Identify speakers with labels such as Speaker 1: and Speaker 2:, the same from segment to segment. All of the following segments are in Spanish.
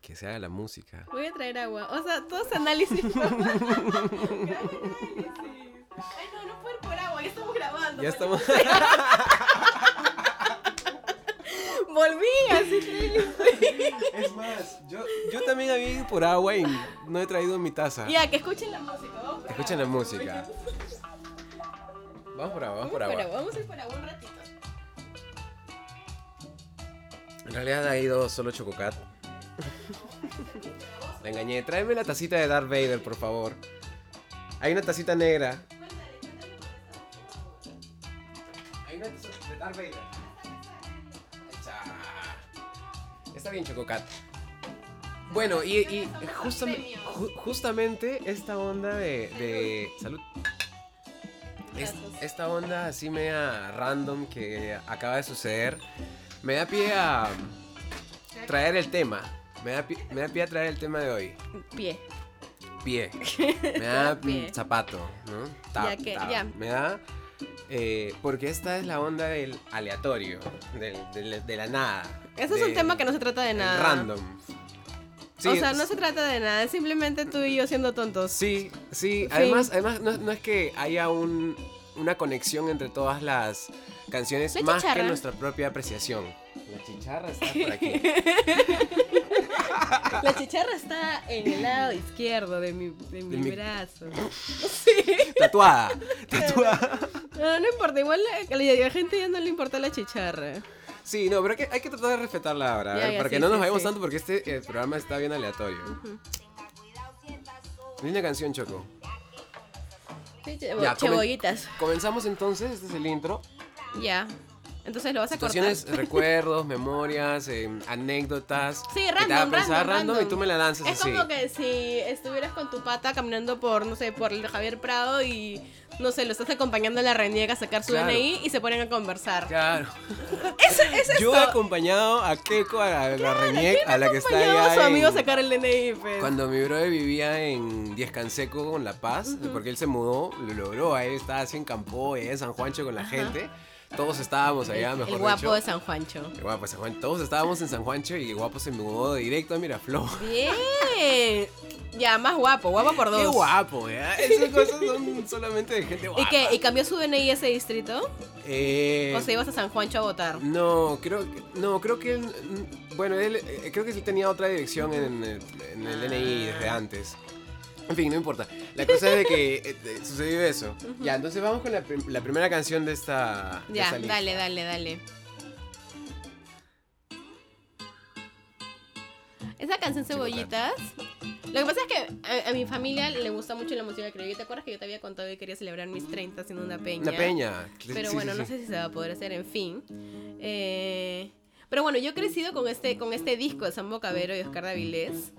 Speaker 1: que se haga la música.
Speaker 2: Voy a traer agua. O sea, todo es análisis. Gran análisis. Ay, no, no puedo ir por agua. Ya estamos grabando.
Speaker 1: Ya estamos.
Speaker 2: Volví así triste.
Speaker 1: Es más, yo, yo también había ido por agua y no he traído mi taza.
Speaker 2: Ya, que escuchen la música. Vamos por
Speaker 1: Escuchen la
Speaker 2: agua.
Speaker 1: música. Vamos por agua, vamos por agua.
Speaker 2: Vamos a ir por agua un ratito.
Speaker 1: En realidad ha ido solo Chococat. La engañé. Tráeme la tacita de Darth Vader, por favor. Hay una tacita negra. Hay una tacita de Darth Vader. Echa. Está bien, Chococat. Bueno, y, y justam- ju- justamente esta onda de... de- salud. Es- esta onda así media random que acaba de suceder me da pie a traer el tema. Me da, pie, me da pie a traer el tema de hoy.
Speaker 2: Pie.
Speaker 1: Pie. Me da mm,
Speaker 2: Pie.
Speaker 1: zapato, ¿no?
Speaker 2: Ya que-
Speaker 1: ta.
Speaker 2: ya.
Speaker 1: Me da... eh, porque esta es la onda del aleatorio, del- del- de la nada.
Speaker 2: Ese es un
Speaker 1: del-
Speaker 2: tema que no se trata de
Speaker 1: del
Speaker 2: nada.
Speaker 1: Random. Sí,
Speaker 2: o sea,
Speaker 1: es-
Speaker 2: no se trata de nada, es simplemente tú y yo siendo tontos.
Speaker 1: Sí, sí.
Speaker 2: Fin.
Speaker 1: Además, además no, no es que haya un- una conexión entre todas las canciones,
Speaker 2: La
Speaker 1: más que
Speaker 2: chicharra.
Speaker 1: nuestra propia apreciación. La chicharra está por aquí.
Speaker 2: La chicharra está en el lado izquierdo de mi, de
Speaker 1: De
Speaker 2: mi
Speaker 1: mi-
Speaker 2: brazo.
Speaker 1: Tatuada. Tatuada.
Speaker 2: No, no importa, igual la- a la gente ya no le importa la chicharra.
Speaker 1: Sí, no, pero hay que, hay que tratar de respetarla ahora, a
Speaker 2: Ya,
Speaker 1: ver,
Speaker 2: ya,
Speaker 1: para
Speaker 2: sí,
Speaker 1: que no nos
Speaker 2: sí,
Speaker 1: vayamos
Speaker 2: sí.
Speaker 1: tanto porque este eh, programa está bien aleatorio. Linda canción, Choco.
Speaker 2: Sí,
Speaker 1: Ya,
Speaker 2: che-
Speaker 1: comen-
Speaker 2: cebollitas.
Speaker 1: Comenzamos entonces, este es el intro.
Speaker 2: Ya. Entonces lo vas a cortar.
Speaker 1: Situaciones, recuerdos, memorias, eh, anécdotas.
Speaker 2: Sí,
Speaker 1: que te
Speaker 2: random,
Speaker 1: haga pensar
Speaker 2: random, random.
Speaker 1: y tú me la lanzas
Speaker 2: Es
Speaker 1: así.
Speaker 2: como que si estuvieras con tu pata caminando por, no sé, por el Javier Prado y, no sé, lo estás acompañando a la reniega a sacar su
Speaker 1: Claro.
Speaker 2: DNI y se ponen a conversar.
Speaker 1: Claro.
Speaker 2: Eso, es
Speaker 1: Yo he
Speaker 2: eso.
Speaker 1: acompañado a Keiko, a la Reñec, a la que está
Speaker 2: Acompañaba a
Speaker 1: allá.
Speaker 2: su
Speaker 1: en-
Speaker 2: amigo a sacar el DNI, pues.
Speaker 1: Cuando mi brother vivía en Diezcanseco con La Paz, porque él se mudó, lo logró, ahí estaba así en Campo, allá en San Juancho con la gente. Todos estábamos allá,
Speaker 2: el,
Speaker 1: mejor
Speaker 2: el guapo
Speaker 1: dicho.
Speaker 2: de San Juancho.
Speaker 1: El guapo de San Juan. Todos estábamos en San Juancho y el guapo se mudó directo a Miraflor.
Speaker 2: Bien. Ya, más guapo, guapo por dos.
Speaker 1: Qué guapo, ¿eh? Esas cosas son solamente de gente guapa.
Speaker 2: ¿Y qué? ¿Y cambió su DNI ese distrito?
Speaker 1: Eh,
Speaker 2: ¿O se ibas a San Juancho a votar?
Speaker 1: No, creo que, no, creo que él, mm, bueno, él, eh, creo que sí tenía otra dirección en el, en el DNI
Speaker 2: Ah.
Speaker 1: desde antes. En fin, no importa. La cosa es de que eh, eh, sucedió eso. Ya, entonces vamos con la, prim- la primera canción de esta. de
Speaker 2: Ya,
Speaker 1: esta lista.
Speaker 2: dale, dale, dale. Esa canción
Speaker 1: Sí, total.
Speaker 2: Cebollitas. Lo que pasa es que a, a mi familia le gusta mucho la música criolla. ¿Te acuerdas que yo te había contado que quería celebrar mis 30 haciendo una peña?
Speaker 1: Una peña.
Speaker 2: Pero bueno, no sé si se va a poder hacer, en fin. Eh, pero bueno, yo he crecido con este, con este disco de Sambo Cabero y Oscar Davilés.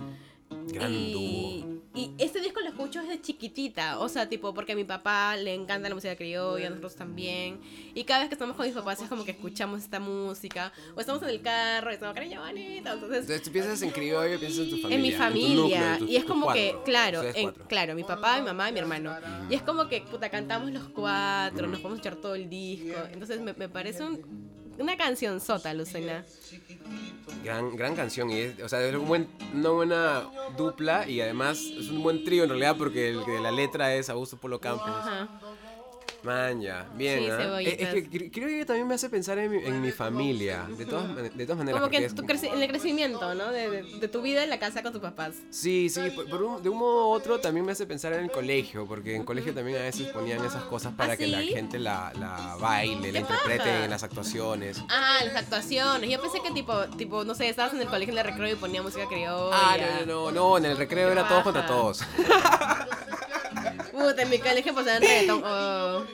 Speaker 1: sé.
Speaker 2: Y, y este disco lo escucho desde chiquitita, o sea, tipo, porque a mi papá le encanta la música criolla, a nosotros también. Y cada vez que estamos con mis papás es como que escuchamos esta música, o estamos en el carro y estamos cariño bonito, entonces...
Speaker 1: Entonces tú piensas en criollo, piensas en tu familia.
Speaker 2: En mi
Speaker 1: en tu núcleo,
Speaker 2: familia,
Speaker 1: en tus-
Speaker 2: y es
Speaker 1: tus
Speaker 2: como que,
Speaker 1: cuatro.
Speaker 2: claro,
Speaker 1: Ustedes
Speaker 2: en-
Speaker 1: cuatro.
Speaker 2: claro, mi papá, mi mamá y mi hermano. Y es como que, puta, cantamos los cuatro, nos podemos echar todo el disco. Entonces me, me parece un- una canción sota, Lucena.
Speaker 1: Gran, gran canción, y es, o sea, es un buen, una buena dupla y además es un buen trío en realidad porque el de la letra es Augusto Polo Campos.
Speaker 2: Ajá.
Speaker 1: Man, ya, bien.
Speaker 2: Sí,
Speaker 1: ¿ah?
Speaker 2: cebollitas.
Speaker 1: Es, es que cre- creo que también me hace pensar en mi, en mi familia, de todas, man- de todas maneras.
Speaker 2: Como
Speaker 1: porque
Speaker 2: que en
Speaker 1: es
Speaker 2: tu creci- en el crecimiento, ¿no? De, de- de tu vida en la casa con tus papás.
Speaker 1: Sí, sí, por- por un- de un modo u otro también me hace pensar en el colegio, porque en colegio también a veces ponían esas cosas para
Speaker 2: ¿Ah,
Speaker 1: que la
Speaker 2: sí?
Speaker 1: gente la, la baile, la
Speaker 2: ¡Qué paja!
Speaker 1: interprete en las actuaciones.
Speaker 2: Ah, las actuaciones. Yo pensé que tipo, tipo, no sé, estabas en el colegio en el recreo y ponía música criolla.
Speaker 1: Ah, no, no, no, no, en el recreo
Speaker 2: Oh, ¡Qué
Speaker 1: era todos
Speaker 2: paja!
Speaker 1: contra todos.
Speaker 2: Puta, en mi colegio pasaban reggaetón. Oh,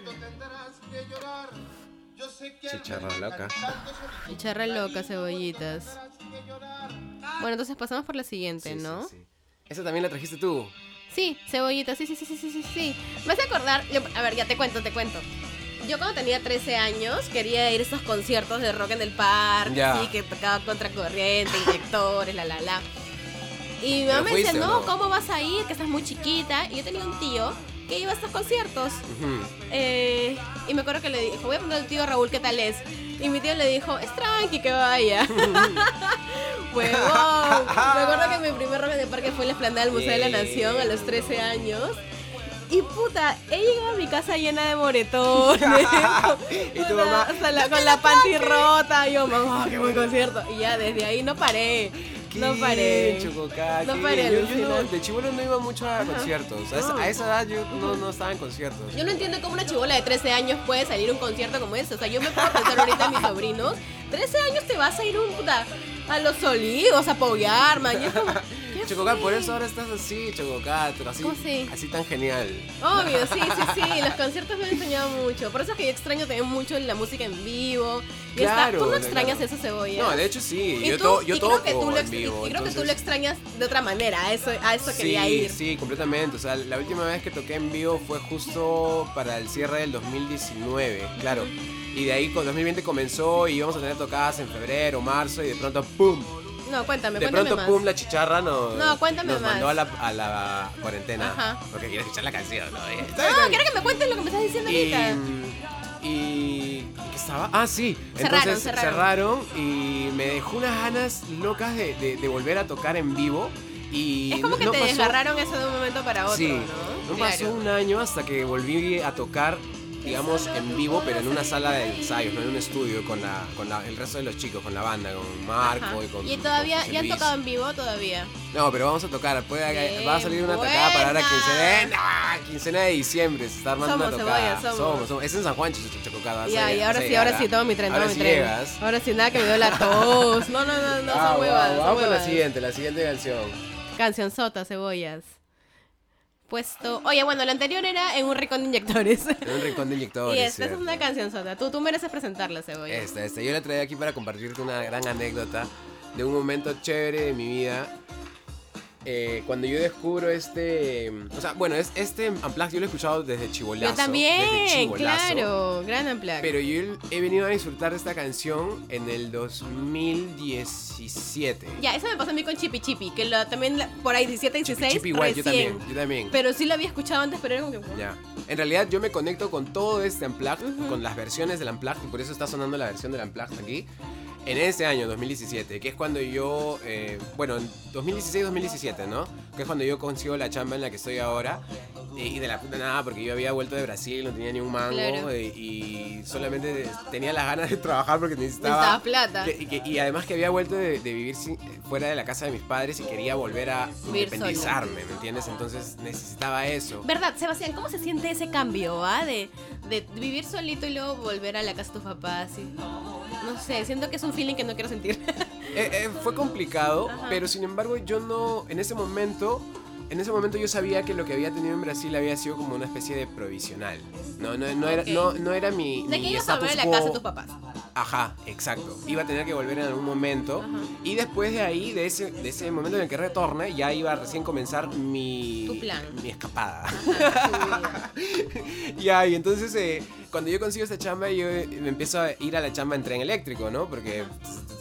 Speaker 1: Chicharra loca.
Speaker 2: charra loca, cebollitas. Bueno, entonces pasamos por la siguiente,
Speaker 1: Sí, sí,
Speaker 2: ¿no?
Speaker 1: sí. Esa también la trajiste tú.
Speaker 2: Sí, cebollitas, sí, sí, sí, sí, sí, sí, sí. Me hace acordar, a ver, ya te cuento, te cuento. Yo cuando tenía 13 años quería ir a esos conciertos de rock en el parque,
Speaker 1: Ya.
Speaker 2: así, que tocaba contracorriente, inyectores, la, la, la. Y mi mamá
Speaker 1: ¿Pero
Speaker 2: me decía,
Speaker 1: fuiste o
Speaker 2: no,
Speaker 1: no?
Speaker 2: ¿cómo vas a ir? Que estás muy chiquita. Y yo tenía un tío que iba a estos conciertos.
Speaker 1: Ujú.
Speaker 2: Eh, y me acuerdo que le dijo, voy a preguntar al tío Raúl qué tal es. Y mi tío le dijo, es tranqui que vaya. Huevón. me acuerdo que mi primer rock en el parque fue en la esplanada del Museo de la Nación a los 13 años. Y puta, he llegado a mi casa llena de moretones.
Speaker 1: Y
Speaker 2: con
Speaker 1: tu
Speaker 2: la-
Speaker 1: mamá,
Speaker 2: o sea, la- con la panty rota. Y yo, mamá, qué buen concierto. Y ya desde ahí no paré. No
Speaker 1: ¿Qué?
Speaker 2: paré.
Speaker 1: Chococa,
Speaker 2: No
Speaker 1: ¿qué?
Speaker 2: paré,
Speaker 1: Yo, yo no,
Speaker 2: alucina.
Speaker 1: de chivolo no iba mucho a conciertos. A esa,
Speaker 2: No.
Speaker 1: a esa edad yo no, no estaba en conciertos.
Speaker 2: Yo no entiendo cómo una chibola de 13 años puede salir a un concierto como ese. O sea, yo me puedo pensar ahorita a mis sobrinos. 13 años te vas a ir un puta a los olivos a apoyar, man. Y es como, ¿qué
Speaker 1: Chococat,
Speaker 2: fue?
Speaker 1: por eso ahora estás así, Chococat, así,
Speaker 2: ¿Cómo sí?
Speaker 1: así tan genial.
Speaker 2: Obvio, sí, sí, sí. Los conciertos me han enseñado mucho. Por eso es que yo extraño también mucho la música en vivo. Y esta-
Speaker 1: Claro,
Speaker 2: tú no
Speaker 1: claro.
Speaker 2: extrañas eso, cebolla.
Speaker 1: No, de hecho sí,
Speaker 2: y
Speaker 1: yo,
Speaker 2: tú-
Speaker 1: to- yo
Speaker 2: y
Speaker 1: toco
Speaker 2: creo que tú lo
Speaker 1: en
Speaker 2: ex-
Speaker 1: vivo.
Speaker 2: y creo que tú lo
Speaker 1: entonces-
Speaker 2: extrañas de otra manera. A eso, a eso quería
Speaker 1: sí,
Speaker 2: ir.
Speaker 1: Sí, completamente. O sea, la última vez que toqué en vivo fue justo para el cierre del 2019, claro. Y de ahí con 2020 comenzó y íbamos a tener tocadas en febrero, marzo y de pronto ¡pum!
Speaker 2: No, cuéntame,
Speaker 1: de
Speaker 2: cuéntame
Speaker 1: pronto
Speaker 2: más.
Speaker 1: ¡pum! La chicharra nos,
Speaker 2: No, cuéntame
Speaker 1: nos
Speaker 2: más.
Speaker 1: mandó a la, a la cuarentena.
Speaker 2: Ajá.
Speaker 1: Porque quiero escuchar la canción, ¿no? Y-
Speaker 2: No, quiero que me cuentes lo que me estás diciendo
Speaker 1: y,
Speaker 2: ahorita.
Speaker 1: y, y ¿qué estaba? Ah, sí.
Speaker 2: Cerraron,
Speaker 1: Entonces
Speaker 2: cerraron.
Speaker 1: y me dejó unas ganas locas de, de- de volver a tocar en vivo. Y
Speaker 2: es como que
Speaker 1: no
Speaker 2: te
Speaker 1: pasó-
Speaker 2: desgarraron eso de un momento para otro,
Speaker 1: sí,
Speaker 2: ¿no?
Speaker 1: no pasó
Speaker 2: Claro.
Speaker 1: un año hasta que volví a tocar, digamos, en vivo, pero en una sala de ensayos, no en un estudio, con, la, con la- el resto de los chicos, con la banda, con Marco
Speaker 2: Ajá.
Speaker 1: y con.
Speaker 2: Y todavía,
Speaker 1: con José
Speaker 2: ¿ya han
Speaker 1: Luis.
Speaker 2: tocado en vivo todavía?
Speaker 1: No, pero vamos a tocar, puede,
Speaker 2: Qué
Speaker 1: va a salir una tocada para ahora,
Speaker 2: buena.
Speaker 1: quincena, ¡Ah! quincena de diciembre, se está armando
Speaker 2: Somos,
Speaker 1: una tocada.
Speaker 2: Cebollas, somos.
Speaker 1: Es en San Juan, Chococada.
Speaker 2: Ya, y ahora sí, ahora sí, todo mi tren, todo
Speaker 1: ahora
Speaker 2: mi
Speaker 1: sí
Speaker 2: tren.
Speaker 1: llegas.
Speaker 2: Ahora sí, nada que me dio la tos. No, no, no, no,
Speaker 1: Ah,
Speaker 2: son
Speaker 1: wow,
Speaker 2: huevadas,
Speaker 1: Vamos
Speaker 2: son
Speaker 1: con la
Speaker 2: huevadas.
Speaker 1: siguiente, la siguiente canción.
Speaker 2: Canción sota, cebollas. Puesto. Oye, bueno, lo anterior era en un rincón de inyectores.
Speaker 1: En un rincón de inyectores.
Speaker 2: y esta es
Speaker 1: ¿cierto?
Speaker 2: una canción sota. Tú, tú mereces presentarla, cebollas.
Speaker 1: Esta, esta. Yo la traía aquí para compartirte una gran anécdota de un momento chévere de mi vida. Eh, cuando yo descubro este. O sea, bueno, es, este Amplax yo lo he escuchado desde chivolazo.
Speaker 2: Yo también,
Speaker 1: Desde chivolazo.
Speaker 2: claro. Gran amplac.
Speaker 1: Pero yo he venido a disfrutar de esta canción en el 2017.
Speaker 2: Ya, eso me pasó a mí con Chipi Chipi, que lo, también la- por ahí 17, 16,
Speaker 1: Chipi igual, yo
Speaker 2: recién.
Speaker 1: también, yo también.
Speaker 2: Pero sí lo había escuchado antes, pero era como que...
Speaker 1: Ya. En realidad yo me conecto con todo este Unplugged, con las versiones del Unplugged, y por eso está sonando la versión del Unplugged aquí, en ese año, 2017, que es cuando yo, eh, bueno, en 2016-2017, ¿no? Que es cuando yo consigo la chamba en la que estoy ahora, y, y de la puta nada, porque yo había vuelto de Brasil, no tenía ni un mango,
Speaker 2: Claro.
Speaker 1: eh, y, solamente tenía las ganas de trabajar porque
Speaker 2: Necesitaba plata.
Speaker 1: que- y, que- y además que había vuelto de, de vivir sin- fuera de la casa de mis padres y quería volver a
Speaker 2: Vivir
Speaker 1: independizarme, ¿me entiendes? Entonces necesitaba eso.
Speaker 2: ¿Verdad, Sebastián? ¿Cómo se siente ese cambio, ah? De, de vivir solito y luego volver a la casa de tus papás. y- No sé, siento que es un feeling que no quiero sentir.
Speaker 1: Eh, eh, fue complicado,
Speaker 2: Ajá.
Speaker 1: pero sin embargo yo no, en ese momento, en ese momento yo sabía que lo que había tenido en Brasil había sido como una especie de provisional. No, no, no era,
Speaker 2: Ok.
Speaker 1: no, no era mi,
Speaker 2: De que
Speaker 1: mi
Speaker 2: ibas a volver a
Speaker 1: status
Speaker 2: la casa de
Speaker 1: quo.
Speaker 2: tus papás.
Speaker 1: Ajá, exacto. Iba a tener que volver en algún momento.
Speaker 2: Ajá.
Speaker 1: Y después de ahí, de ese, de ese momento en el que retorne, ya iba a recién comenzar mi,
Speaker 2: Tu plan.
Speaker 1: mi escapada. Ya, y entonces eh, cuando yo consigo esta chamba, yo eh, me empiezo a ir a la chamba en tren eléctrico, ¿no? Porque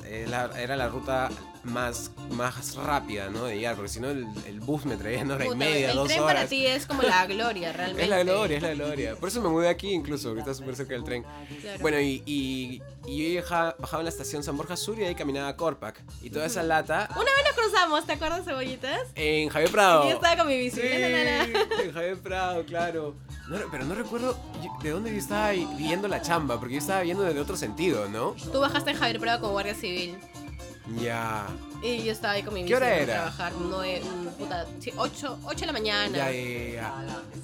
Speaker 1: es la- era la ruta más, más rápida, ¿no? De llegar, porque si no el, el bus me traía en hora y
Speaker 2: Puta,
Speaker 1: media,
Speaker 2: el
Speaker 1: dos
Speaker 2: tren
Speaker 1: horas.
Speaker 2: para ti es como la gloria, realmente.
Speaker 1: Es la gloria, es la gloria. Por eso me mudé aquí incluso, porque está súper cerca del tren.
Speaker 2: Claro.
Speaker 1: Bueno, y, y, y yo bajaba, bajaba en la estación San Borja Sur y de ahí caminaba a Corpac. Y toda esa lata
Speaker 2: Una vez nos cruzamos, ¿te acuerdas, cebollitas?
Speaker 1: en Javier Prado.
Speaker 2: Y yo estaba con mi bici.
Speaker 1: Sí,
Speaker 2: na, na, na, na.
Speaker 1: en Javier Prado, claro. No re- pero no recuerdo yo- de dónde yo estaba ahí viendo la chamba, porque yo estaba viendo desde otro sentido, ¿no?
Speaker 2: Tú bajaste en Javier Prado con Guardia Civil.
Speaker 1: Ya.
Speaker 2: Y yo estaba ahí con mi bici.
Speaker 1: ¿Qué hora
Speaker 2: para
Speaker 1: era?
Speaker 2: Trabajar, no, puta, sí, 8, de la mañana.
Speaker 1: Ya, ya, ya.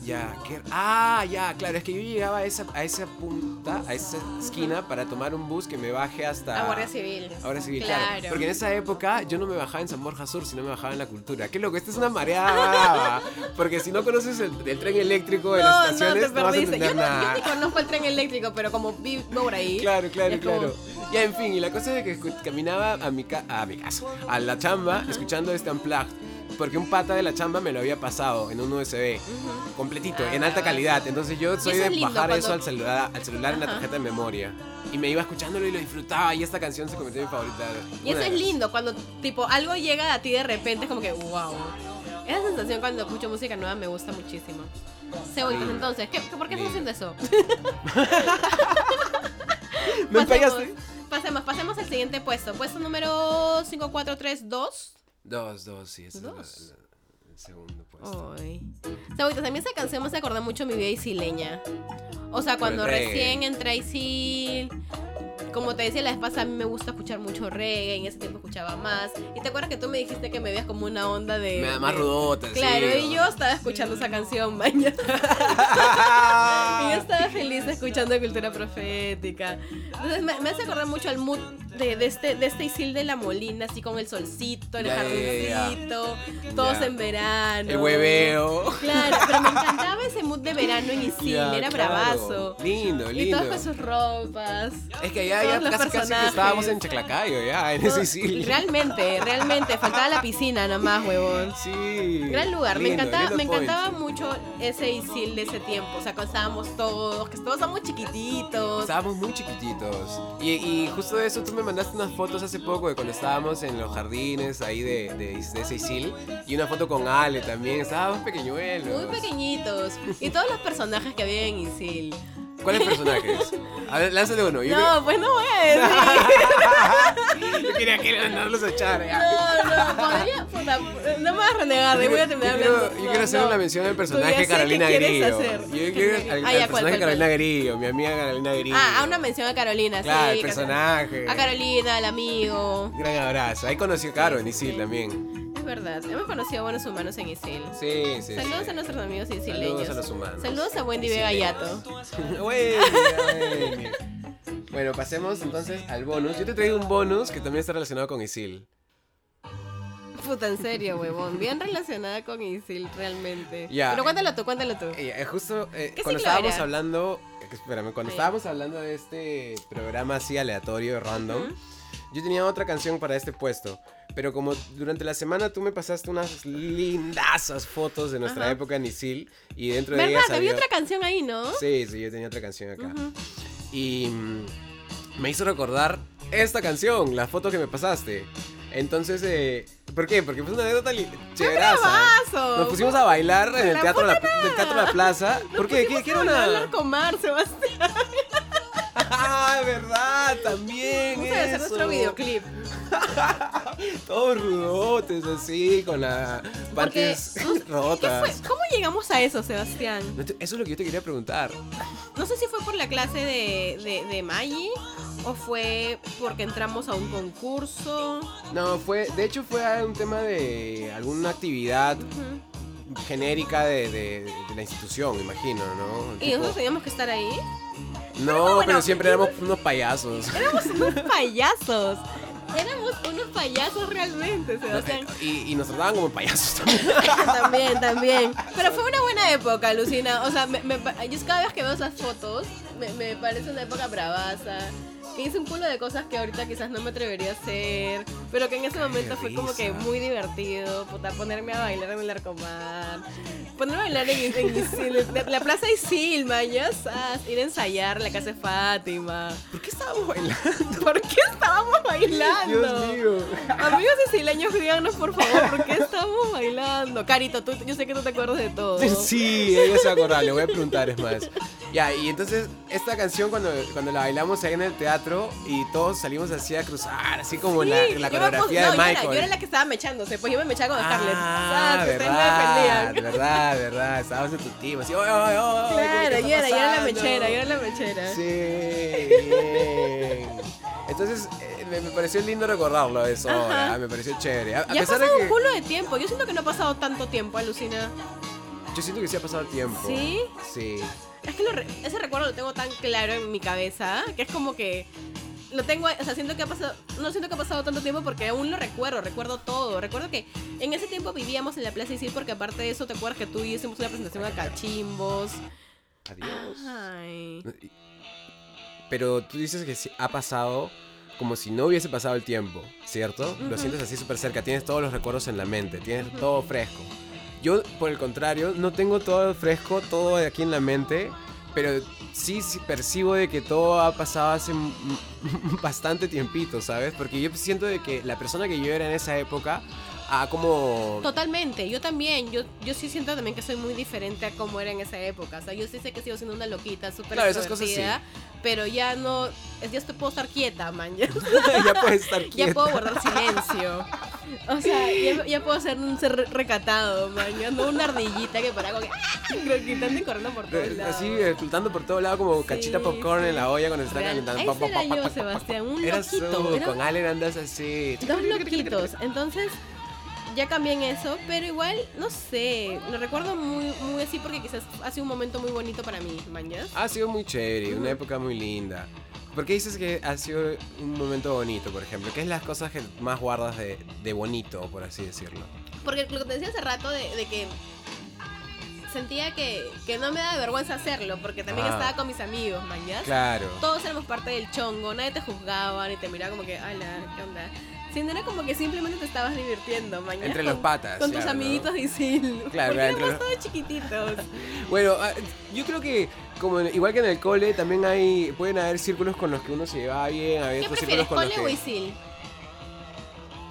Speaker 1: ya. ¿qué- ah, ya, claro, es que yo llegaba a esa, a esa punta, a esa esquina para tomar un bus que me baje hasta.
Speaker 2: A Guardia Civil.
Speaker 1: Ahora sí, claro. Porque en esa época yo no me bajaba en San Borja Sur, sino me bajaba en la cultura. Qué loco, esta es una mareada brava. Porque si no conoces el, el tren eléctrico de las estaciones, no, vas a entender
Speaker 2: yo, no, yo
Speaker 1: nada.
Speaker 2: ni conozco el tren eléctrico, pero como vivo por ahí.
Speaker 1: Claro, claro,
Speaker 2: es como-
Speaker 1: claro. Ya, en fin, y la cosa es que escu- caminaba a mi, ca- a mi casa, a la chamba, escuchando este unplugged. Porque un pata de la chamba me lo había pasado en un USB, completito, en alta calidad. Entonces yo soy
Speaker 2: eso
Speaker 1: de
Speaker 2: Ah. es lindo
Speaker 1: bajar eso
Speaker 2: cuando-
Speaker 1: al celular, al celular en la tarjeta de memoria. Y me iba escuchándolo y lo disfrutaba. Y esta canción se convirtió en mi favorita.
Speaker 2: Y eso
Speaker 1: Una de
Speaker 2: es
Speaker 1: las-
Speaker 2: lindo, cuando tipo algo llega a ti de repente, es como que wow. Esa sensación cuando escucho música nueva me gusta muchísimo. Cebollitas,
Speaker 1: Lindo.
Speaker 2: entonces, ¿qué, qué- ¿por qué estás
Speaker 1: Lindo.
Speaker 2: haciendo eso?
Speaker 1: Me
Speaker 2: Pasemos,
Speaker 1: empañaste.
Speaker 2: Pasemos, pasemos al siguiente puesto. Puesto número 5432.
Speaker 1: Dos, dos, sí, ese es la-
Speaker 2: Dos. Oh.
Speaker 1: la- el segundo pues. puesto.
Speaker 2: Ay. Está bonito. También esa canción me hace acordar mucho mi vida isileña. O sea, cuando
Speaker 1: el reggae.
Speaker 2: recién entré a Isil, como te decía la vez pasada, a mí me gusta escuchar mucho reggae, en ese tiempo escuchaba más. Y te acuerdas que tú me dijiste que me veías como una onda de...
Speaker 1: Me da más
Speaker 2: de-
Speaker 1: rudota, sí,
Speaker 2: Eh, Claro, y
Speaker 1: ¿no?
Speaker 2: yo estaba escuchando esa canción, mañana. Y yo estaba
Speaker 1: Ah.
Speaker 2: feliz escuchando cultura profética. Entonces me, me hace acordar mucho al mood de, de este, de este Isil de la Molina, así con el solcito, el
Speaker 1: Ya, ya, ya, ya.
Speaker 2: jardincito, todos
Speaker 1: Ya.
Speaker 2: en verano.
Speaker 1: El hueveo.
Speaker 2: Claro, pero me encantaba ese mood de verano en Isil,
Speaker 1: Ya,
Speaker 2: era
Speaker 1: claro.
Speaker 2: bravazo.
Speaker 1: Lindo,
Speaker 2: Y
Speaker 1: lindo.
Speaker 2: todos con sus ropas.
Speaker 1: Es que allá
Speaker 2: todos
Speaker 1: ya
Speaker 2: los
Speaker 1: casi, casi que
Speaker 2: personajes.
Speaker 1: estábamos en Chaclacayo, ya, en ese
Speaker 2: Todo-
Speaker 1: Isil.
Speaker 2: Realmente, realmente, faltaba la piscina nada más, huevón.
Speaker 1: Sí.
Speaker 2: Gran lugar, me
Speaker 1: Lindo,
Speaker 2: encantaba,
Speaker 1: lindo
Speaker 2: me
Speaker 1: point.
Speaker 2: encantaba mucho ese Isil de ese tiempo. O sea, cuando estábamos todos, que todos somos chiquititos.
Speaker 1: Estábamos muy chiquititos. Y, y justo de eso tú me mandaste unas fotos hace poco de cuando estábamos en los jardines ahí de, de, de ese Isil. Y una foto con Ale también. Estábamos pequeñuelos.
Speaker 2: Muy pequeñitos. Y todos los personajes que había en Isil.
Speaker 1: ¿Cuáles personajes? A ver, lánzale uno. Yo,
Speaker 2: No, pues no voy a decir.
Speaker 1: creo- yo quería que mandarlos a echar. ya.
Speaker 2: No, no, podría. puta, no me vas a renegar, de ahí voy a terminar
Speaker 1: Yo quiero,
Speaker 2: hablando.
Speaker 1: yo
Speaker 2: No,
Speaker 1: quiero hacer
Speaker 2: no.
Speaker 1: una mención al
Speaker 2: Pero ya
Speaker 1: personaje
Speaker 2: sé
Speaker 1: Carolina
Speaker 2: qué quieres
Speaker 1: Grillo.
Speaker 2: hacer.
Speaker 1: Yo quiero al, al
Speaker 2: Ah, ya, ¿cuál,
Speaker 1: personaje
Speaker 2: cuál, cuál?
Speaker 1: Carolina Grillo, mi amiga Carolina Grillo.
Speaker 2: Ah, a una mención a Carolina,
Speaker 1: Claro,
Speaker 2: sí.
Speaker 1: el personaje.
Speaker 2: A Carolina, al amigo.
Speaker 1: Gran abrazo. Ahí conocí a Caro en Isil también.
Speaker 2: Es verdad, hemos conocido buenos humanos en Isil.
Speaker 1: Sí, sí. sí.
Speaker 2: Saludos a nuestros amigos
Speaker 1: Saludos
Speaker 2: isileños.
Speaker 1: a los humanos.
Speaker 2: Saludos a Wendy Vega Yato.
Speaker 1: Bueno, bueno. Bueno, pasemos entonces al bonus. Yo te traigo un bonus que también está relacionado con Isil.
Speaker 2: Puta, en serio, huevón. Bien relacionada con Isil, realmente.
Speaker 1: Ya.
Speaker 2: Pero cuéntalo tú, cuéntalo tú.
Speaker 1: Eh, eh, justo eh,
Speaker 2: ¿Qué
Speaker 1: cuando
Speaker 2: siglo
Speaker 1: estábamos
Speaker 2: era?
Speaker 1: hablando, eh, espérame, cuando
Speaker 2: Sí.
Speaker 1: estábamos hablando de este programa así aleatorio, random,
Speaker 2: Ujú.
Speaker 1: yo tenía otra canción para este puesto. Pero como durante la semana tú me pasaste unas lindazas fotos de nuestra
Speaker 2: Ajá.
Speaker 1: época en Isil y dentro de
Speaker 2: ¿Verdad?
Speaker 1: ellas
Speaker 2: Había
Speaker 1: había...
Speaker 2: otra canción ahí, ¿no?
Speaker 1: Sí, sí, yo tenía otra canción acá.
Speaker 2: Ujú.
Speaker 1: Y mm, me hizo recordar esta canción, la foto que me pasaste. Entonces, eh, ¿por qué? Porque fue una anécdota li- chéveraza.
Speaker 2: ¡Paso!
Speaker 1: Ah, Nos pusimos a bailar en el
Speaker 2: La
Speaker 1: teatro, la, del teatro La Plaza. ¿Por qué? ¿Qué, qué era una...?
Speaker 2: Comar, Sebastián.
Speaker 1: ¡Ah, verdad! También
Speaker 2: Vamos a hacer
Speaker 1: eso.
Speaker 2: nuestro videoclip.
Speaker 1: Todos rudotes, así, con la
Speaker 2: Porque,
Speaker 1: panties
Speaker 2: ¿qué
Speaker 1: rotas.
Speaker 2: fue? ¿Cómo llegamos a eso, Sebastián?
Speaker 1: No te- Eso es lo que yo te quería preguntar.
Speaker 2: No sé si fue por la clase de, de, de Maggi o fue porque entramos a un concurso.
Speaker 1: No, fue... De hecho, fue un tema de alguna actividad
Speaker 2: Ujú.
Speaker 1: genérica de, de- de la institución, me imagino, ¿no?
Speaker 2: Y
Speaker 1: Tipo-
Speaker 2: nosotros teníamos que estar ahí.
Speaker 1: No,
Speaker 2: bueno,
Speaker 1: pero siempre éramos unos payasos.
Speaker 2: Éramos unos payasos. Éramos unos payasos realmente, Sebastián.
Speaker 1: Y, y nos trataban como payasos también.
Speaker 2: también, también. Pero fue una buena época, Lucina. O sea, me- me pa- yo cada vez que veo esas fotos, me, me parece una época bravaza. Que hice un culo de cosas que ahorita quizás no me atrevería a hacer. Pero que en ese momento fue como que
Speaker 1: risa.
Speaker 2: muy divertido. Puta, ponerme a bailar en el arcomar. Ponerme a bailar en, en Isil, la, la plaza Isil, mañasas. Ir a ensayar en la casa de Fátima.
Speaker 1: ¿Por qué estábamos bailando?
Speaker 2: ¿Por qué estábamos bailando?
Speaker 1: Dios mío.
Speaker 2: Amigos isleños, díganos por favor, ¿por qué estamos bailando? Carito, tú, yo sé que tú te acuerdas de todo.
Speaker 1: Sí, ella se va a acordar, le voy a preguntar, es más. Ya, y entonces, esta canción cuando, cuando la bailamos ahí en el teatro y todos salimos así a cruzar, así como en la,
Speaker 2: Sí,
Speaker 1: en la
Speaker 2: yo me pus-
Speaker 1: coreografía
Speaker 2: no,
Speaker 1: de
Speaker 2: yo era-
Speaker 1: Michael.
Speaker 2: Yo era, la que estaba mechándose, pues yo me mechaba con Scarlett.
Speaker 1: Ah,
Speaker 2: Ah, que ustedes me
Speaker 1: verdad,
Speaker 2: defendían.
Speaker 1: verdad, verdad. Estábamos en tu team, así, oye, oye, oye.
Speaker 2: Claro,
Speaker 1: ¿qué
Speaker 2: yo era, yo era la
Speaker 1: está
Speaker 2: mechera,
Speaker 1: pasando?"
Speaker 2: yo era la mechera.
Speaker 1: Sí, bien. Entonces, eh, me, me pareció lindo recordarlo eso ahora,
Speaker 2: Ajá.
Speaker 1: me pareció chévere. A, a
Speaker 2: Y ha
Speaker 1: pesar de
Speaker 2: pasado
Speaker 1: que
Speaker 2: un culo de tiempo. Yo siento que no ha pasado tanto tiempo, alucina.
Speaker 1: yo siento que sí ha pasado el tiempo.
Speaker 2: ¿Sí?
Speaker 1: Sí.
Speaker 2: Es que lo re- ese recuerdo lo tengo tan claro en mi cabeza que es como que lo tengo, o sea, siento que ha pasado, no siento que ha pasado tanto tiempo porque aún lo recuerdo, recuerdo todo. Recuerdo que en ese tiempo vivíamos en la Plaza Isil porque aparte de eso, ¿te acuerdas que tú y yo hicimos una presentación a cachimbos?
Speaker 1: Adiós.
Speaker 2: Ay.
Speaker 1: Pero tú dices que sí, ha pasado como si no hubiese pasado el tiempo, ¿cierto?
Speaker 2: Ujú.
Speaker 1: Lo sientes así súper cerca, tienes todos los recuerdos en la mente, tienes todo fresco. Yo, por el contrario, no tengo todo fresco, todo de aquí en la mente, pero sí, sí percibo de que todo ha pasado hace m- m- bastante tiempito, ¿sabes? Porque yo siento de que la persona que yo era en esa época ha como...
Speaker 2: Totalmente, yo también, yo, yo sí siento también que soy muy diferente a como era en esa época. O sea, yo sí sé que sigo siendo una loquita, súper
Speaker 1: Claro, esas cosas sí.
Speaker 2: extrovertida, pero ya no, ya estoy, puedo estar quieta, man. ya-
Speaker 1: ya puede estar
Speaker 2: Ya
Speaker 1: quieta.
Speaker 2: puedo guardar silencio. O sea, ya, ya puedo ser un ser recatado, man. Yo ando una ardillita que para como que. Croquitando y corriendo por todos lados.
Speaker 1: Así, eh, flotando por todo lado como cachita popcorn en la olla cuando se está
Speaker 2: Real.
Speaker 1: calentando.
Speaker 2: Ahí
Speaker 1: Pa, pa,
Speaker 2: era
Speaker 1: pa, pa,
Speaker 2: yo,
Speaker 1: pa, pa.
Speaker 2: Sebastián, un
Speaker 1: Eras
Speaker 2: loquito.
Speaker 1: tú,
Speaker 2: era
Speaker 1: con Allen andas así.
Speaker 2: dos loquitos. Entonces, ya cambié en eso, pero igual, no sé, lo recuerdo muy, muy así porque quizás ha sido un momento muy bonito para mí, mañas.
Speaker 1: Ha sido muy chévere, una época muy linda. ¿Por qué dices que ha sido un momento bonito, por ejemplo? ¿Qué es las cosas que más guardas de, de bonito, por así decirlo?
Speaker 2: Porque lo que te decía hace rato de, de que sentía que, que no me daba vergüenza hacerlo, porque también
Speaker 1: Ah.
Speaker 2: estaba con mis amigos, mañas.
Speaker 1: Claro.
Speaker 2: Todos éramos parte del chongo, nadie te juzgaba ni te miraba como que, ala, ¿qué onda? Sino era como que simplemente te estabas divirtiendo, mañas.
Speaker 1: Entre los
Speaker 2: con-
Speaker 1: patas.
Speaker 2: Con tus
Speaker 1: claro, ¿no?
Speaker 2: amiguitos de Isil.
Speaker 1: Claro,
Speaker 2: Porque
Speaker 1: entre
Speaker 2: éramos
Speaker 1: los-
Speaker 2: todos chiquititos.
Speaker 1: Bueno, ah, yo creo que como en- igual que en el cole también hay pueden haber círculos con los que uno se lleva bien, hay
Speaker 2: ¿Qué
Speaker 1: otros círculos
Speaker 2: prefieres,
Speaker 1: con los
Speaker 2: cole o
Speaker 1: que
Speaker 2: Isil?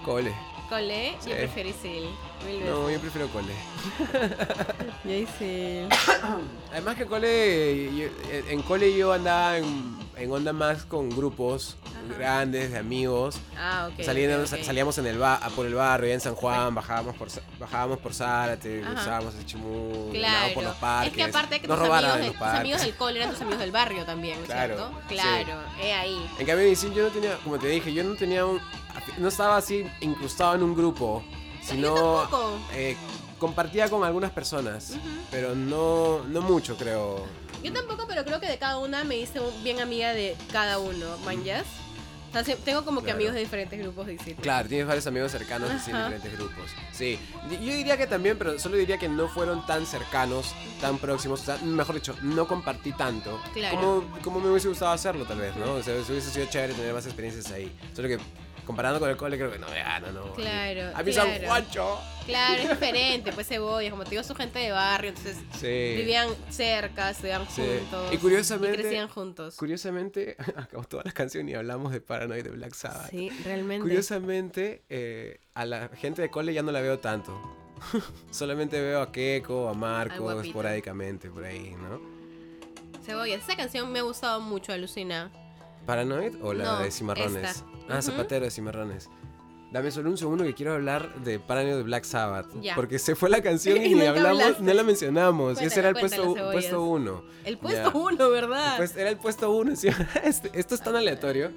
Speaker 1: cole.
Speaker 2: Cole,
Speaker 1: Sí.
Speaker 2: yo prefiero Isil. Mil veces.
Speaker 1: No, yo prefiero cole.
Speaker 2: Yo Isil.
Speaker 1: Además que cole, yo- eh, en cole yo andaba en, en onda más con grupos
Speaker 2: Ajá.
Speaker 1: grandes de amigos.
Speaker 2: Ah, ok.
Speaker 1: Saliendo-
Speaker 2: ok, ok.
Speaker 1: Salíamos en el ba- por el barrio, en San Juan, bajábamos por, Sa- bajábamos por Zárate,
Speaker 2: Ajá.
Speaker 1: cruzábamos el Chimú, andábamos
Speaker 2: Claro.
Speaker 1: por los parques.
Speaker 2: es que aparte de que
Speaker 1: nos
Speaker 2: tus,
Speaker 1: robaron en
Speaker 2: amigos, de-
Speaker 1: los
Speaker 2: tus
Speaker 1: parques.
Speaker 2: amigos del cole eran tus amigos del barrio también, ¿no es
Speaker 1: Claro,
Speaker 2: cierto?
Speaker 1: sí.
Speaker 2: Claro, he ahí.
Speaker 1: En cambio, en Isil yo no tenía, como te dije, yo no tenía un. No estaba así incrustado en un grupo,
Speaker 2: Yo
Speaker 1: sino.
Speaker 2: tampoco.
Speaker 1: eh, compartía con algunas personas,
Speaker 2: Ujú.
Speaker 1: pero no, no mucho, creo.
Speaker 2: Yo tampoco, pero creo que de cada una me hice un- bien amiga de cada uno, manjas. O sea, sí, tengo como que
Speaker 1: Mm. Claro.
Speaker 2: amigos de diferentes grupos de Isil.
Speaker 1: Claro, tienes varios amigos cercanos así en
Speaker 2: Ajá.
Speaker 1: diferentes grupos. Sí, Y- yo diría que también, pero solo diría que no fueron tan cercanos, tan próximos, o sea, mejor dicho, no compartí tanto.
Speaker 2: Claro.
Speaker 1: Como, como me hubiese gustado hacerlo tal vez, ¿no? O sea, hubiese sido chévere tener más experiencias ahí. Solo que comparando con el cole creo que no, ya, no, no.
Speaker 2: Claro,
Speaker 1: A mí San
Speaker 2: claro.
Speaker 1: Juancho.
Speaker 2: Claro, es diferente, pues cebollas, como te digo, su gente de barrio, entonces
Speaker 1: Sí.
Speaker 2: vivían cerca, estudiaban
Speaker 1: Eh. Sí.
Speaker 2: juntos.
Speaker 1: Y curiosamente-
Speaker 2: y crecían juntos.
Speaker 1: Curiosamente, acabamos todas las canciones y hablamos de Paranoid de Black Sabbath.
Speaker 2: Sí, realmente.
Speaker 1: Ah, Curiosamente, eh, a la gente de cole ya no la veo tanto. Solamente veo a Keiko, a Marco,
Speaker 2: guapito.
Speaker 1: esporádicamente por ahí, ¿no?
Speaker 2: Cebollas, esa canción me ha gustado mucho, alucina.
Speaker 1: ¿Paranoid o la
Speaker 2: No,
Speaker 1: de Cimarrones?
Speaker 2: esta.
Speaker 1: Ah,
Speaker 2: Ujú.
Speaker 1: Zapatero de Cimarrones. Dame solo un segundo que quiero hablar de Paranoid de Black Sabbath.
Speaker 2: Ya.
Speaker 1: Porque se fue la canción y,
Speaker 2: Y
Speaker 1: ni
Speaker 2: nunca
Speaker 1: hablamos,
Speaker 2: hablaste.
Speaker 1: no la mencionamos. Y ese
Speaker 2: Cuéntala,
Speaker 1: era el
Speaker 2: cuéntala,
Speaker 1: puesto,
Speaker 2: Cebollas.
Speaker 1: puesto uno.
Speaker 2: El puesto
Speaker 1: Ya.
Speaker 2: uno, ¿verdad?
Speaker 1: Pues era el puesto uno. sí. Este- esto es tan aleatorio.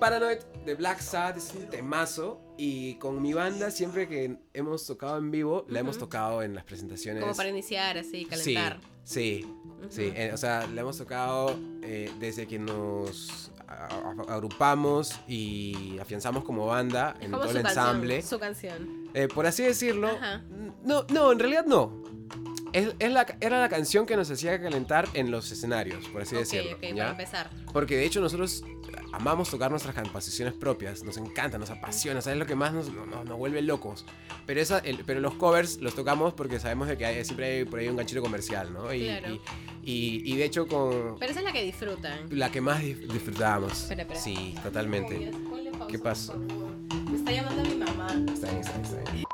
Speaker 1: Paranoid de Black Sabbath es un temazo. Y con mi banda, siempre que hemos tocado en vivo, la hemos
Speaker 2: Ujú.
Speaker 1: tocado en las presentaciones.
Speaker 2: Como para iniciar,
Speaker 1: Sí,
Speaker 2: así, calentar.
Speaker 1: sí,
Speaker 2: Ujú.
Speaker 1: Sí, eh, o sea, le hemos tocado eh, desde que nos a- a- agrupamos y afianzamos como banda
Speaker 2: Es
Speaker 1: en
Speaker 2: como
Speaker 1: todo el
Speaker 2: su canción,
Speaker 1: ensamble.
Speaker 2: Su canción.
Speaker 1: Eh, por así decirlo,
Speaker 2: Ajá.
Speaker 1: no, no, en realidad no. Es, es la, era la canción que nos hacía calentar en los escenarios, por así
Speaker 2: ok,
Speaker 1: decirlo.
Speaker 2: ok,
Speaker 1: ¿ya?
Speaker 2: para empezar.
Speaker 1: Porque de hecho nosotros amamos tocar nuestras composiciones propias, nos encanta, nos apasiona, ¿sabes lo que más nos, no- no- nos vuelve locos? Pero, esa, el- pero los covers los tocamos porque sabemos de que hay- siempre hay por ahí un ganchito comercial, ¿no? Y,
Speaker 2: Claro.
Speaker 1: y, y- y de hecho con
Speaker 2: Pero esa es la que disfrutan.
Speaker 1: la que más dif- disfrutábamos.
Speaker 2: Espera, espera.
Speaker 1: Sí, totalmente. ¿Qué pasó?
Speaker 2: Me está llamando mi mamá.
Speaker 1: Está bien, está bien, está bien.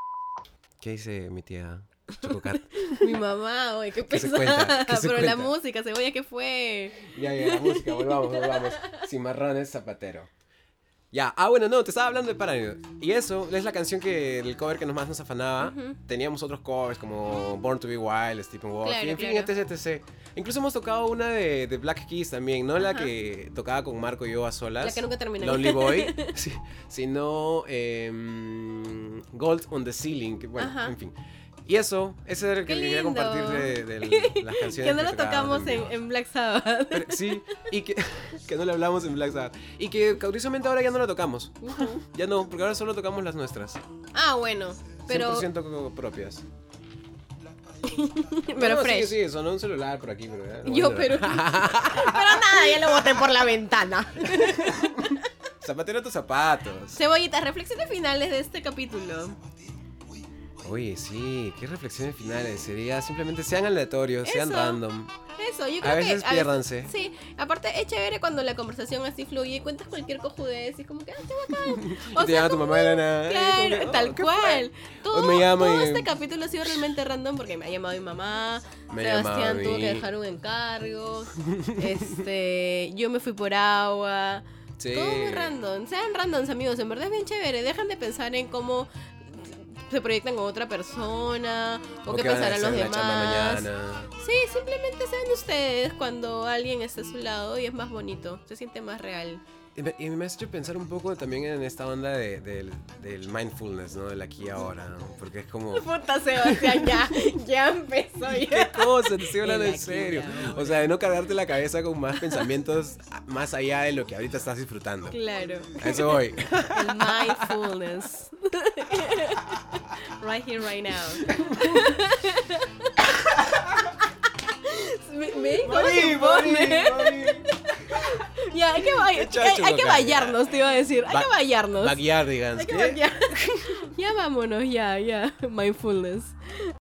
Speaker 1: ¿Qué dice mi tía? Chococat.
Speaker 2: Mi mamá, oye, qué
Speaker 1: ¿Qué se
Speaker 2: pesada.
Speaker 1: cuenta? ¿Qué se
Speaker 2: Pero la
Speaker 1: cuenta?
Speaker 2: música, cebolla, ¿qué fue?
Speaker 1: Ya, ya, la música, volvamos, volvamos. Cimarrones, zapatero. Ya, ah, bueno, no, te estaba hablando de Paranoid. Y eso es la canción que el cover que nos más nos afanaba.
Speaker 2: Ujú.
Speaker 1: Teníamos otros covers como Born to Be Wild, Steppenwolf,
Speaker 2: Claro,
Speaker 1: y en fin,
Speaker 2: claro.
Speaker 1: etc, etc. Incluso hemos tocado una de, de Black Keys también, no la
Speaker 2: Ajá.
Speaker 1: que tocaba con Marco y yo a solas.
Speaker 2: La que nunca terminó.
Speaker 1: Lonely Boy, sí, sino em, Gold on the Ceiling, que, bueno,
Speaker 2: Ajá.
Speaker 1: en fin. Y eso, ese era el que
Speaker 2: Qué
Speaker 1: quería
Speaker 2: lindo.
Speaker 1: compartir de, de las canciones.
Speaker 2: Que no la
Speaker 1: tocábamos
Speaker 2: tocamos en,
Speaker 1: vivo.
Speaker 2: en Black Sabbath.
Speaker 1: Pero- sí, y que, que no le hablamos en Black Sabbath. Y que curiosamente ahora ya no la tocamos.
Speaker 2: Ujú.
Speaker 1: Ya no, porque ahora solo tocamos las nuestras.
Speaker 2: Ah, bueno. Pero,
Speaker 1: 100% co- propias.
Speaker 2: pero
Speaker 1: No,
Speaker 2: fresh.
Speaker 1: Sí, sí, sonó un celular por aquí, pero ya no
Speaker 2: Yo,
Speaker 1: voy a
Speaker 2: pero.
Speaker 1: llorar.
Speaker 2: pero nada, ya lo boté por la ventana.
Speaker 1: Zapatero a tus zapatos.
Speaker 2: Cebollitas, reflexiones finales de este capítulo.
Speaker 1: Oye, sí, qué reflexiones finales. Sería simplemente sean aleatorios, sean
Speaker 2: Eso.
Speaker 1: random.
Speaker 2: Eso, yo creo
Speaker 1: A veces
Speaker 2: que.
Speaker 1: piérdanse.
Speaker 2: Sí, aparte es chévere cuando la conversación así fluye y cuentas cualquier cojudez y es como que, ah, qué bacán. O
Speaker 1: Y te
Speaker 2: sea,
Speaker 1: llama tu mamá de la nada. y como
Speaker 2: Claro,
Speaker 1: que, oh,
Speaker 2: tal
Speaker 1: ¿qué fue?
Speaker 2: cual. Todo,
Speaker 1: me llama
Speaker 2: todo
Speaker 1: y-
Speaker 2: este capítulo ha sido realmente random porque me ha llamado mi mamá,
Speaker 1: Me ha llamado
Speaker 2: Sebastián
Speaker 1: a
Speaker 2: tuvo
Speaker 1: mí.
Speaker 2: que dejar un encargo, este, yo me fui por agua,
Speaker 1: Sí.
Speaker 2: Todo muy random. Sean randoms, amigos. En verdad es bien chévere. Dejan de pensar en cómo se proyectan con otra persona o,
Speaker 1: ¿O
Speaker 2: qué
Speaker 1: van a
Speaker 2: pensarán los
Speaker 1: hacer en la chamba
Speaker 2: demás.
Speaker 1: mañana?
Speaker 2: Sí, simplemente sean ustedes cuando alguien está a su lado y es más bonito, se siente más real.
Speaker 1: Y me, y me has hecho pensar un poco también en esta onda de- del, del mindfulness, ¿no? Del aquí y ahora, ¿no? Porque es como...
Speaker 2: Puta Sebastián, ya, ya empezó
Speaker 1: ¿Qué
Speaker 2: ya.
Speaker 1: cosa? Te estoy hablando
Speaker 2: El
Speaker 1: en
Speaker 2: aquí y
Speaker 1: serio.
Speaker 2: ahora.
Speaker 1: O sea, de no cargarte la cabeza con más pensamientos a- más allá de lo que ahorita estás disfrutando.
Speaker 2: Claro,
Speaker 1: A eso voy.
Speaker 2: el mindfulness. Right here, right now. ¿Ve- ¿Ven cómo se pone? Ya, hay que, ba- hay,
Speaker 1: Chacho,
Speaker 2: hay- hay que
Speaker 1: loca.
Speaker 2: vallarnos, te iba a decir. Hay
Speaker 1: Va-
Speaker 2: que vallarnos.
Speaker 1: Backyard, digamos.
Speaker 2: Hay que vaquear. ya vámonos, ya, ya. Mindfulness.